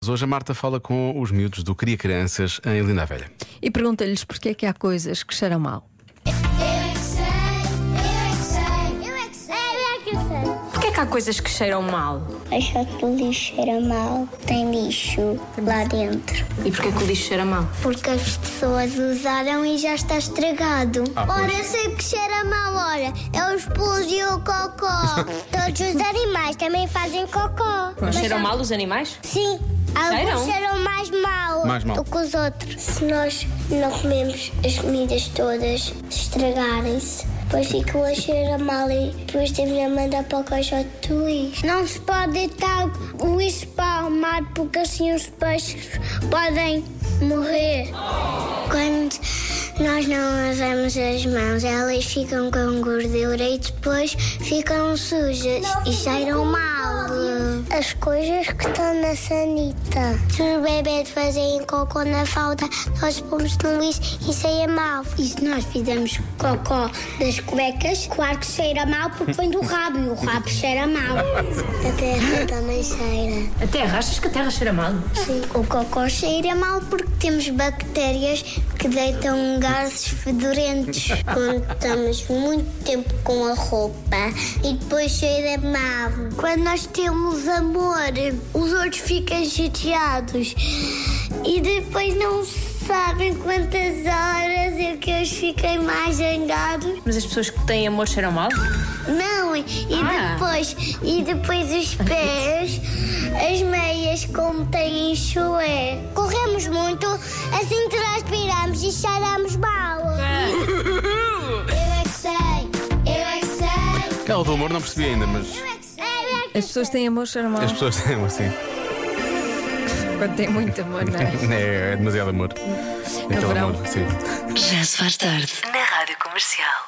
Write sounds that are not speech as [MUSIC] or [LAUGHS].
Mas hoje a Marta fala com os miúdos do Cria Crianças em Linda a Velha. E pergunta-lhes porque é que há coisas que cheiram mal. é é Porquê que há coisas que cheiram mal? A chota do lixo cheira mal, tem lixo lá dentro. E porquê que o lixo cheira mal? Porque as pessoas usaram e já está estragado. ora, eu sei que cheira mal, ora. É os pulos e o cocó. Todos os animais também fazem cocó. Mas cheiram mal os animais? Sim, Cheiram? alguns cheiram mais mal, Mais mal. do que os outros. Se nós não comemos as comidas todas, se estragarem-se, depois ficam a cheirar mal e depois temos a mandar para o caixote do lixo. Não se pode deitar o lixo para o mar porque assim os peixes podem morrer. Quando nós não lavamos as mãos, elas ficam com gordura e depois ficam sujas e cheiram mal. As coisas que estão na sanita. Se os bebês fazem cocô na falda, nós pomos no lixo e cheira mal. E se nós fizermos cocô das cuecas, claro que cheira mal porque vem do rabo e o rabo cheira mal. A terra também cheira. A terra, achas que a terra cheira mal? Sim. O cocó cheira mal porque temos bactérias que deitam gases fedorentos. Quando estamos muito tempo com a roupa e depois cheira mal. Quando nós temos amor, os outros ficam chateados e depois não sabem quantas horas é que eles fiquem mais zangados. Mas as pessoas que têm amor cheiram mal? Não, e Ah. depois e depois os pés, as meias como têm chulé. Corremos muito, assim transpiramos e cheiramos mal. Eu é que sei, eu é que sei, Aquela do amor não percebi ainda, mas eu é que sei, eu é que As pessoas têm amor, cheiram mal. as pessoas [LAUGHS] têm assim. Quando têm muito amor, não é? É, é demasiado amor. É verão. amor, sim. Já se faz tarde na Rádio Comercial.